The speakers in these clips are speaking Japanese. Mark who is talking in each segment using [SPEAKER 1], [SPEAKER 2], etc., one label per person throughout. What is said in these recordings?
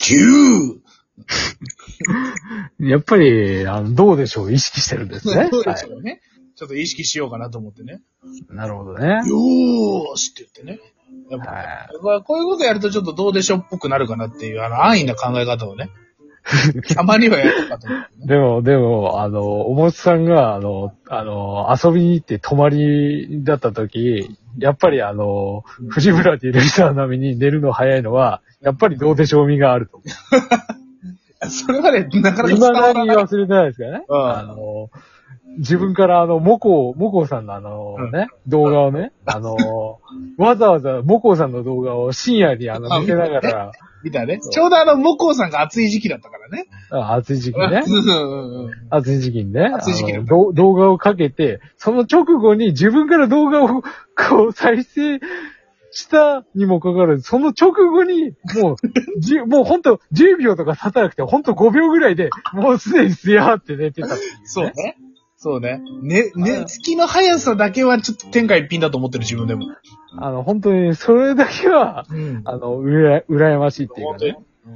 [SPEAKER 1] 9!
[SPEAKER 2] やっぱり、あのどうでしょう意識してるんですね。
[SPEAKER 3] そうで
[SPEAKER 2] は
[SPEAKER 3] しょうね。ちょっと意識しようかなと思ってね。
[SPEAKER 2] い。なるほどね。
[SPEAKER 1] よーしって
[SPEAKER 3] ってね。やっぱ、
[SPEAKER 2] は
[SPEAKER 3] やっぱこういうことやるとちょっとどうでしょうっぽくなるかなっていう、あの、安易な考え方をね。たまにはやるかと思ってね。
[SPEAKER 2] でも、でも、あの、おもつさんが、あの、あの、遊びに行って泊まりだった時、やっぱりあの、藤村ディレクター並みに寝るの早いのは、やっぱりどうでしょう味があると。
[SPEAKER 3] それまで、なかなか
[SPEAKER 2] 今
[SPEAKER 3] わ
[SPEAKER 2] 何
[SPEAKER 3] らない。
[SPEAKER 2] 忘れてないですからね。
[SPEAKER 3] うん
[SPEAKER 2] あの、自分からあの、モコ、モコさんのあの
[SPEAKER 3] うん
[SPEAKER 2] ね、動画をね、あの、わざわざモコさんの動画を深夜にあの、
[SPEAKER 3] あ
[SPEAKER 2] 見せながら、
[SPEAKER 3] みたいね。ちょうどあの、向こうさんが暑い時期だったからね。
[SPEAKER 2] あ暑い時期ね
[SPEAKER 3] う。んうんうん。
[SPEAKER 2] 暑い時期にね。
[SPEAKER 3] 暑い時期
[SPEAKER 2] あのど動画をかけて、その直後に自分から動画を、 こう、再生したにもかかわらず、その直後に、も う、じゅもうほんと、10秒とか経たなくて、ほんと5秒ぐらいで、もうすでにすやーって寝てたっていう、
[SPEAKER 3] そう。ね。そうね。ね、寝つきの速さだけはちょっと天下一品だと思ってる自分でも。
[SPEAKER 2] あの、本当に、それだけは、
[SPEAKER 3] うん。
[SPEAKER 2] あの、うらや、羨ましいっていうかね。
[SPEAKER 3] ま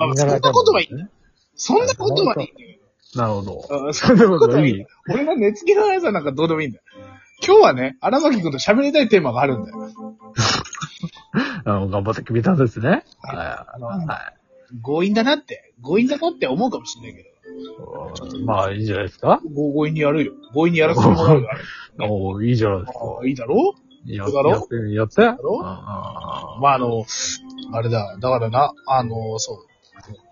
[SPEAKER 3] あ
[SPEAKER 2] うん
[SPEAKER 3] そんなことはいいんだそんなことはいいんだよ。
[SPEAKER 2] なるほど。
[SPEAKER 3] うん
[SPEAKER 2] そんなことはいい。
[SPEAKER 3] 俺の寝つきの速さなんかどうでもいいんだよ。今日はね、荒牧くんと喋りたいテーマがあるんだよ。
[SPEAKER 2] あの、頑張って決めたんですね。は
[SPEAKER 3] あ
[SPEAKER 2] い。
[SPEAKER 3] の
[SPEAKER 2] は
[SPEAKER 3] 強引だなって、強引だなって思うかもしれないけ
[SPEAKER 2] い。まあ、いいんじゃないですか。
[SPEAKER 3] ど、強強引にやるよ。強引にやらせてもらうよ。あれ
[SPEAKER 2] おーいいじゃないですか。
[SPEAKER 3] ああいいだろ
[SPEAKER 2] や
[SPEAKER 3] そうだろ
[SPEAKER 2] やって、やって。や
[SPEAKER 3] ろまあ、あの、あれだ、だからな、あの、そう。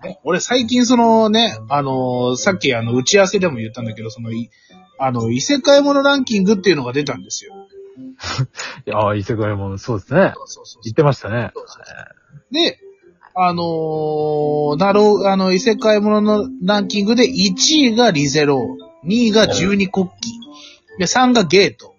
[SPEAKER 3] ね俺最近そのね、あの、さっきあの、打ち合わせでも言ったんだけど、その、いあの、異世界ものランキングっていうのが出たんですよ。
[SPEAKER 2] いやー、異世界もの、そうですね。
[SPEAKER 3] そうそうそう
[SPEAKER 2] 言ってました ね。
[SPEAKER 3] そうそうそうで、あのー、なろう、あの、異世界もののランキングで1位がリゼロ、2位が十二国旗、で、3がゲート。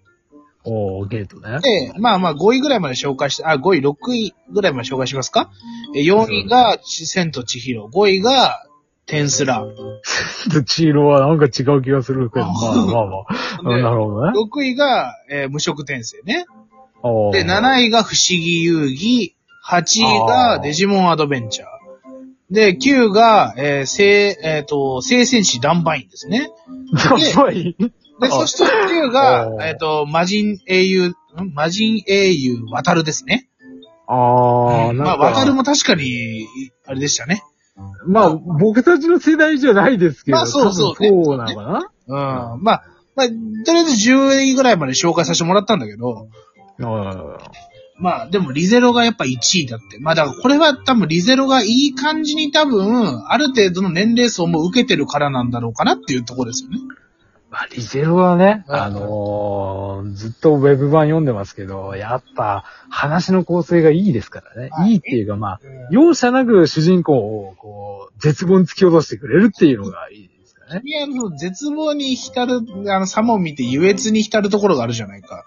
[SPEAKER 2] おー、ゲートね。
[SPEAKER 3] で、まあまあ5位ぐらいまで紹介して、あ、5位、6位ぐらいまで紹介しますかえ ?4 位が千と千尋、5位がテンスラ、6
[SPEAKER 2] ちょっとチーロはなんか違う気がする けど、まあまあまあ。
[SPEAKER 3] ね
[SPEAKER 2] うんなるほどね。
[SPEAKER 3] 位が、えー無色転生ね。
[SPEAKER 2] おー
[SPEAKER 3] で、7位が不思議遊戯、8位が
[SPEAKER 2] あー
[SPEAKER 3] デジモンアドベンチャー。で、9が、えー、聖、えっ、と、聖戦士ダンバインですね。
[SPEAKER 2] やばい。
[SPEAKER 3] で、
[SPEAKER 2] あ
[SPEAKER 3] そして10が
[SPEAKER 2] お、ー
[SPEAKER 3] えっ、と、魔人英雄、ん魔人英雄渡るですね。
[SPEAKER 2] あー、
[SPEAKER 3] ま
[SPEAKER 2] な
[SPEAKER 3] あ、
[SPEAKER 2] んか。
[SPEAKER 3] 渡るも確かに、あれでしたね。
[SPEAKER 2] まあ、僕たちの世代じゃないですけど。
[SPEAKER 3] まあそうそう
[SPEAKER 2] 多分そうなのかな
[SPEAKER 3] うん。まあ、まあ、とりあえず10位ぐらいまで紹介させてもらったんだけど、
[SPEAKER 2] うん
[SPEAKER 3] まあ、でもリゼロがやっぱ1位だって。まあ、だからこれは多分リゼロがいい感じに多分、ある程度の年齢層も受けてるからなんだろうかなっていうところですよね。
[SPEAKER 2] まあ、リゼロはね、
[SPEAKER 3] うん
[SPEAKER 2] あのーずっとウェブ版読んでますけど、やっぱ話の構成がいいですからね。
[SPEAKER 3] はい
[SPEAKER 2] いいっていうか、まあ、容赦なく主人公を、こう、絶望に突き落としてくれるっていうのがいいですからね。
[SPEAKER 3] いや、その絶望に浸る、あの、差も見て優越に浸るところがあるじゃないか。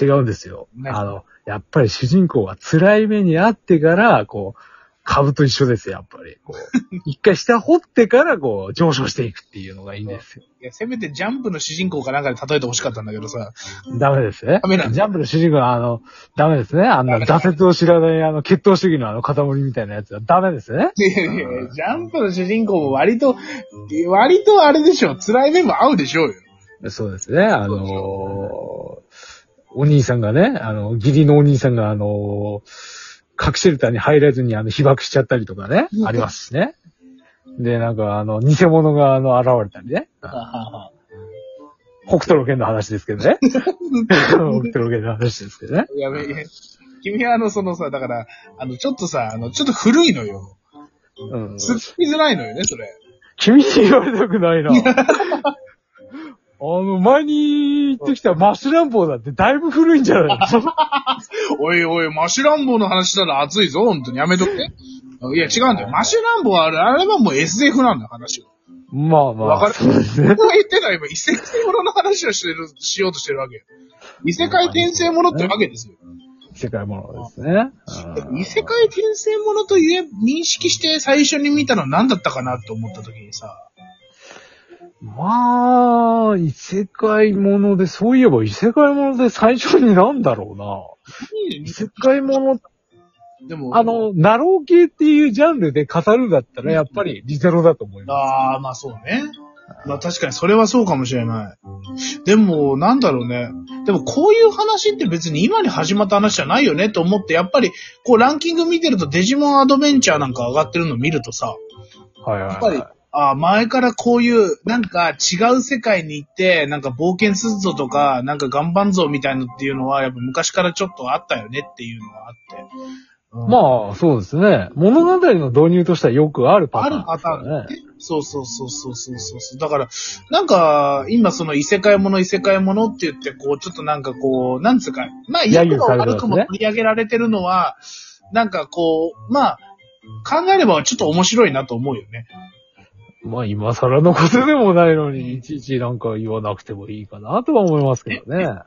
[SPEAKER 2] ね違うんですよ。
[SPEAKER 3] ね
[SPEAKER 2] あの、やっぱり主人公は辛い目にあってから、こう、株と一緒ですよ、やっぱり。こ う一回下掘ってから、こう、上昇していくっていうのがいいんですよ。
[SPEAKER 3] いや、せめてジャンプの主人公かなんかで例えてほしかったんだけどさ。
[SPEAKER 2] ダメですね。
[SPEAKER 3] ダメなんだ
[SPEAKER 2] ジャンプの主人公は、あの、ダメですね。あんな
[SPEAKER 3] ダメだ
[SPEAKER 2] 挫折を知らない、あの、血統主義のあの、塊みたいなやつはダメですね。
[SPEAKER 3] いやいやいやジャンプの主人公も割と、割とあれでしょ、辛い面も合うでしょうよ。
[SPEAKER 2] そうですね。あのーお兄さんがね、あの、義理のお兄さんが、あのー核シェルターに入れずに、あの、被爆しちゃったりとかね
[SPEAKER 3] う、ん
[SPEAKER 2] ありますしね。で、なんか、あの、偽物が、あの、現れたりね。北斗の剣の話ですけど ね。北斗の剣の話ですけどね。
[SPEAKER 3] やべえ。君はあの、そのさ、だから、あの、ちょっとさ、あの、ちょっと古いのよ。
[SPEAKER 2] うん。
[SPEAKER 3] すっぴづらいのよね、それ。
[SPEAKER 2] 君に言われたくないな。あの、前に言ってきたマシュランボーだってだいぶ古いんじゃないの
[SPEAKER 3] おいおい、マシュランボーの話したら熱いぞ、本当に。やめとくね。いや、違うんだよ。マシュランボーはあれ、あれはもう SF なんだよ、話を。
[SPEAKER 2] まあまあ。
[SPEAKER 3] わかる
[SPEAKER 2] そうですね。
[SPEAKER 3] 僕が言ってた今、異世界ものの話をしてる、しようとしてるわけよ。異世界転生ものってわけですよ。
[SPEAKER 2] 世界ものですね。うん
[SPEAKER 3] 異世界転生ものと言え、認識して最初に見たのは何だったかなと思った時にさ、
[SPEAKER 2] まあ、異世界もので、そういえば異世界もので最初になんだろうな。異世界ものっ
[SPEAKER 3] でも、
[SPEAKER 2] あ、の、ナロー系っていうジャンルで語るだったら、やっぱりリゼロだと思います。
[SPEAKER 3] ああ、まあそうね。まあ確かにそれはそうかもしれない。でも、なんだろうね。でもこういう話って別に今に始まった話じゃないよねと思って、やっぱりこうランキング見てるとデジモンアドベンチャーなんか上がってるの見るとさ、
[SPEAKER 2] はいはい
[SPEAKER 3] やっぱり、ああ、前からこういう、なんか違う世界に行って、なんか冒険するぞとか、なんか頑張んぞみたいなのっていうのは、やっぱ昔からちょっとあったよねっていうのはあって。うん
[SPEAKER 2] まあ、そうですね。物語の導入としてはよくあるパ
[SPEAKER 3] あ
[SPEAKER 2] ターン、
[SPEAKER 3] るパターン
[SPEAKER 2] ね。
[SPEAKER 3] そうそうそうそうそうそうそう。だから、なんか、今その異世界もの異世界ものって言って、こう、ちょっとなんかこう、なんつうか、まあ、良
[SPEAKER 2] 揶
[SPEAKER 3] く
[SPEAKER 2] 揄
[SPEAKER 3] も
[SPEAKER 2] されてますね
[SPEAKER 3] 悪くも取り上げられてるのは、なんかこう、まあ、考えればちょっと面白いなと思うよね。
[SPEAKER 2] まあ、今更のことでもないのに、いちいちなんか言わなくてもいいかなとは思いますけどね。
[SPEAKER 3] うん。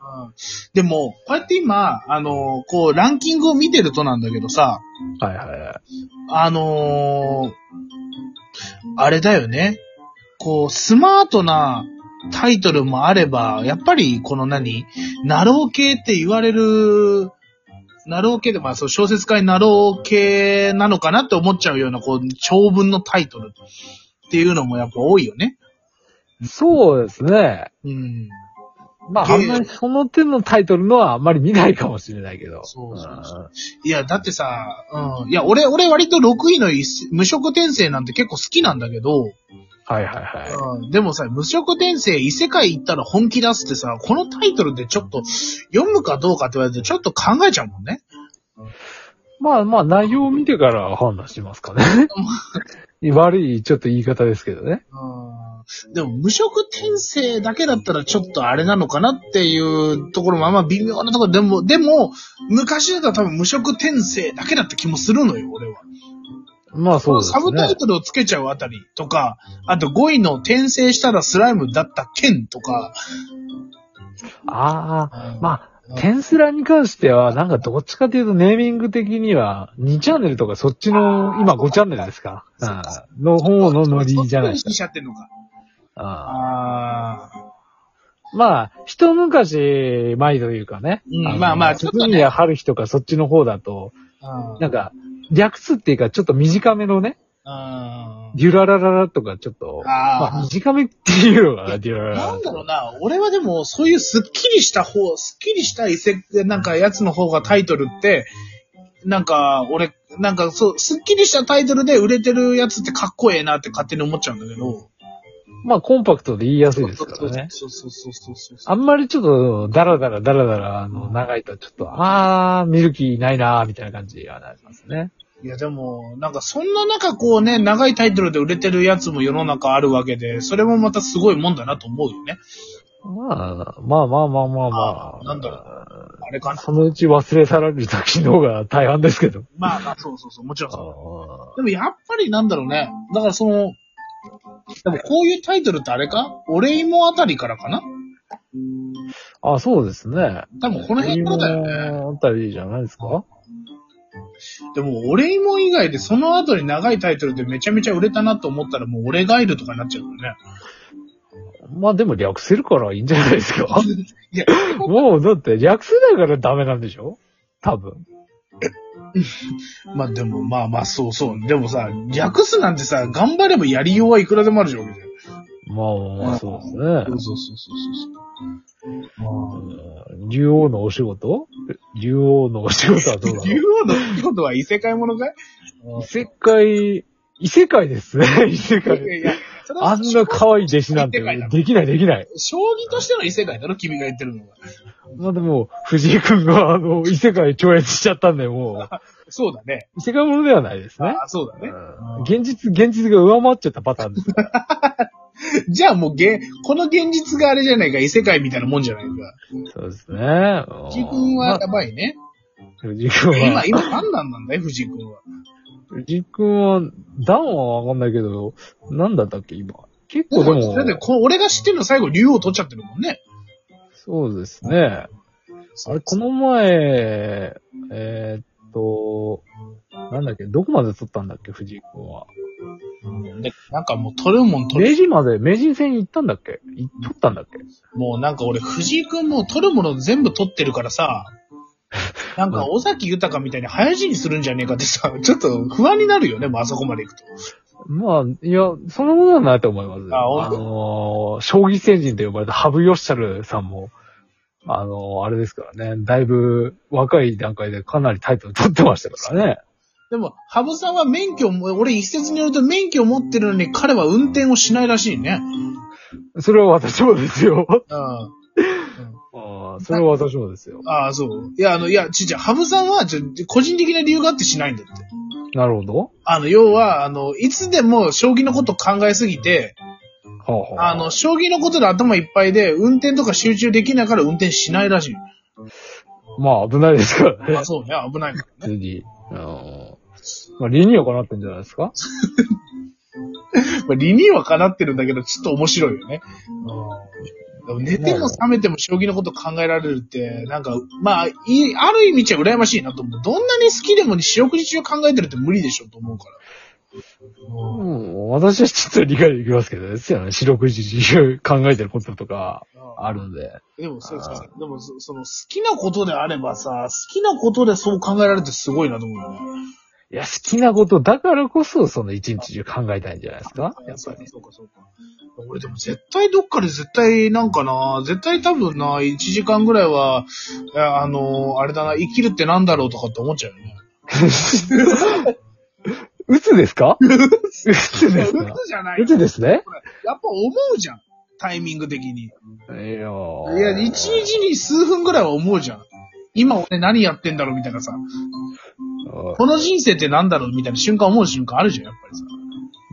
[SPEAKER 3] でも、こうやって今、あの、こう、ランキングを見てるとなんだけどさ、
[SPEAKER 2] はいはいはい。
[SPEAKER 3] あのーあれだよね。こう、スマートなタイトルもあれば、やっぱりこの何、ナロー系って言われる、ナロー系で、まあそう、小説家にナロー系なのかなって思っちゃうような、こう、長文のタイトルっていうのもやっぱ多いよね。
[SPEAKER 2] そうですね。
[SPEAKER 3] うん。
[SPEAKER 2] まあ、あんまりその手のタイトルのはあんまり見ないかもしれないけど。
[SPEAKER 3] そうそうそ
[SPEAKER 2] ん
[SPEAKER 3] いや、だってさ、うん。いや、俺、俺割と6位の無職転生なんて結構好きなんだけど、
[SPEAKER 2] はいはいはい。
[SPEAKER 3] うんでもさ、無職転生異世界行ったら本気出すってさ、このタイトルでちょっと読むかどうかって言われてちょっと考えちゃうもんね。
[SPEAKER 2] まあまあ、内容を見てから判断しますかね。 悪い、ちょっと言い方ですけどね。
[SPEAKER 3] うんでも無職転生だけだったらちょっとあれなのかなっていうところもあんま微妙なところでも、でも、昔だったら多分無職転生だけだった気もするのよ、俺は。
[SPEAKER 2] まあそうです
[SPEAKER 3] サブタ
[SPEAKER 2] ね
[SPEAKER 3] イ。トルをつけちゃうあたりとか、あと5位の転生したらスライムだった剣とか、
[SPEAKER 2] ああ、
[SPEAKER 3] あ、
[SPEAKER 2] まあ、テンスラに関しては、なんかどっちかというとネーミング的には、2チャンネルとかそっちの、今5チャンネルですか。うん。の方のノリじゃないです
[SPEAKER 3] そっちを意識しちゃってんのか。
[SPEAKER 2] か。
[SPEAKER 3] ああ。
[SPEAKER 2] うんまあ、一昔前というかね。
[SPEAKER 3] うん
[SPEAKER 2] の
[SPEAKER 3] まあまあちょっとね
[SPEAKER 2] 鈴宮春日とかそっちの方だと、
[SPEAKER 3] うん
[SPEAKER 2] なんか、略すっていうか、ちょっと短めのね、
[SPEAKER 3] あ
[SPEAKER 2] デュララララとかちょっと、
[SPEAKER 3] あ
[SPEAKER 2] まあ、短めっていうのが、デュラララ
[SPEAKER 3] な
[SPEAKER 2] ラ
[SPEAKER 3] んだろうな、俺はでも、そういうスッキリした方、スッキリした異世なんかやつの方がタイトルって、なんか、俺、なんかそう、スッキリしたタイトルで売れてるやつってかっこええなって勝手に思っちゃうんだけど。
[SPEAKER 2] まあ、コンパクトで言いやすいですからね。
[SPEAKER 3] そうそうそうそうそうそう。
[SPEAKER 2] あんまりちょっと、ダラダラダラダラ、あの、長いと、ちょっと、あー、見る気ないなー、みたいな感じにはなりますね。
[SPEAKER 3] いやでも、なんかそんな中こうね、長いタイトルで売れてるやつも世の中あるわけで、それもまたすごいもんだなと思うよね。
[SPEAKER 2] まあ、まあまあまあまあまあ。
[SPEAKER 3] あなんだろあれかな。
[SPEAKER 2] そのうち忘れ去られる時の方が大半ですけど。
[SPEAKER 3] まあまあ、そうそうそう、もちろんそう。
[SPEAKER 2] あ
[SPEAKER 3] でもやっぱりなんだろうね。だからその、でもこういうタイトルってあれか俺芋あたりからかな
[SPEAKER 2] あ、そうですね。
[SPEAKER 3] 多分この辺からだよね。
[SPEAKER 2] ね。あたりじゃないですか
[SPEAKER 3] でも俺芋以外でその後に長いタイトルでめちゃめちゃ売れたなと思ったらもう俺ガイルとかになっちゃうよね。
[SPEAKER 2] まあでも略せるからいいんじゃないですか
[SPEAKER 3] いや、
[SPEAKER 2] もう、だって略せないからダメなんでしょ多分。
[SPEAKER 3] まあでもまあまあそうそう。でもさ、略すなんてさ、頑張ればやりようはいくらでもあるじゃん。
[SPEAKER 2] まあまあまあ、そうですね。
[SPEAKER 3] そうそうそうそうそう。
[SPEAKER 2] うん竜王のお仕事竜王のお仕事はどうだろう
[SPEAKER 3] 竜王のってことは異世界ものかい
[SPEAKER 2] 異世界、異世界ですね。異世界。
[SPEAKER 3] いや、それは
[SPEAKER 2] あんな可愛い弟子なんて
[SPEAKER 3] 異世界だ、
[SPEAKER 2] できないできない。
[SPEAKER 3] 将棋としての異世界だろ君が言ってるのは。
[SPEAKER 2] まあでも、藤井くんが、あの、異世界超越しちゃったんで、もう、
[SPEAKER 3] そうだね。
[SPEAKER 2] 異世界ものではないですね。
[SPEAKER 3] あそうだね。
[SPEAKER 2] 現実、現実が上回っちゃったパターンです。
[SPEAKER 3] じゃあもうげ、この現実があれじゃないか、異世界みたいなもんじゃないか。
[SPEAKER 2] そうですね。
[SPEAKER 3] 藤井君はや
[SPEAKER 2] まあ
[SPEAKER 3] ばいね。
[SPEAKER 2] 藤井くんは
[SPEAKER 3] 今、、今何なんなんだい藤井君は。
[SPEAKER 2] 藤井くんは、段はわかんないけど、なんだったっけ、今。結構でも
[SPEAKER 3] だっ、てこ、俺が知ってるの最後、竜王取っちゃってるもんね。
[SPEAKER 2] そうですね。あれ、この前、えーっと、なんだっけ、どこまで取ったんだっけ、藤井君は。
[SPEAKER 3] うんでなんかもう取るもん取る。
[SPEAKER 2] 明治まで、名人戦に行ったんだっけい取ったんだっけ
[SPEAKER 3] もうなんか俺、藤井君もう取るもの全部取ってるからさ、なんか、尾崎豊みたいに早死にするんじゃねえかってさ、 ちょっと不安になるよね、もうあそこまで行くと。
[SPEAKER 2] まあ、いや、そんなことはないと思いますよ。
[SPEAKER 3] あほん
[SPEAKER 2] あのー将棋星人と呼ばれたハブ・ヨッシャルさんも、あのーあれですからね、だいぶ若い段階でかなりタイトル取ってましたからね。
[SPEAKER 3] でも、ハブさんは免許も、俺一説によると免許を持ってるのに彼は運転をしないらしいね。
[SPEAKER 2] それは私もです よ。
[SPEAKER 3] うん。
[SPEAKER 2] あーそれは私もですよ。
[SPEAKER 3] ああ、そう。いや、あの、いや、ちっちゃい、ハブさんは、ちょ、個人的な理由があってしないんだって。
[SPEAKER 2] なるほど。
[SPEAKER 3] あの、要は、あの、いつでも将棋のこと考えすぎて、
[SPEAKER 2] はあは
[SPEAKER 3] あの、将棋のことで頭いっぱいで、運転とか集中できないから運転しないらしい。
[SPEAKER 2] まあ、危ないですからね
[SPEAKER 3] まあ、そうね、危ないか。
[SPEAKER 2] 普通に。あのーまあ、理にはかなってんじゃないですから
[SPEAKER 3] まあ、理にはかなってるんだけど、ちょっと面白いよね。でも寝ても覚めても将棋のこと考えられるって、なんか、まあ、いい、ある意味じゃ羨ましいなと思う。どんなに好きでもに四六時中考えてるって無理でしょと思うから。
[SPEAKER 2] うん、私はちょっと理解できますけど、ですよね。四六時中考えてることとかあるんで。
[SPEAKER 3] でも、そうそうそうでもそ、その、好きなことであればさ、好きなことでそう考えられてすごいなと思うよね。
[SPEAKER 2] いや、好きなことだからこそ、その一日中考えたいんじゃないです か
[SPEAKER 3] やっぱり、そうか、そうか。俺でも絶対どっかで絶対なんかな、絶対多分な、1時間ぐらいは、いやあの、あれだな、生きるってなんだろうとかって思っちゃうよね。
[SPEAKER 2] うつですかうつ
[SPEAKER 3] いや
[SPEAKER 2] で
[SPEAKER 3] う
[SPEAKER 2] すか
[SPEAKER 3] つじゃな い。
[SPEAKER 2] うつですね
[SPEAKER 3] これやっぱ思うじゃん。タイミング的に。い
[SPEAKER 2] いやいや
[SPEAKER 3] や、1日に数分ぐらいは思うじゃん。今俺何やってんだろうみたいなさ、この人生ってなんだろうみたいな瞬間思う瞬間あるじゃん、やっぱりさ。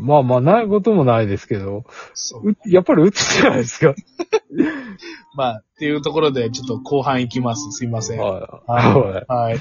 [SPEAKER 2] まあまあ、ないこともないですけど、
[SPEAKER 3] そう
[SPEAKER 2] うやっぱりうつじゃないですか
[SPEAKER 3] まあ、っていうところで、ちょっと後半行きます。すいません。
[SPEAKER 2] はい。
[SPEAKER 3] はい
[SPEAKER 2] はい
[SPEAKER 3] はい。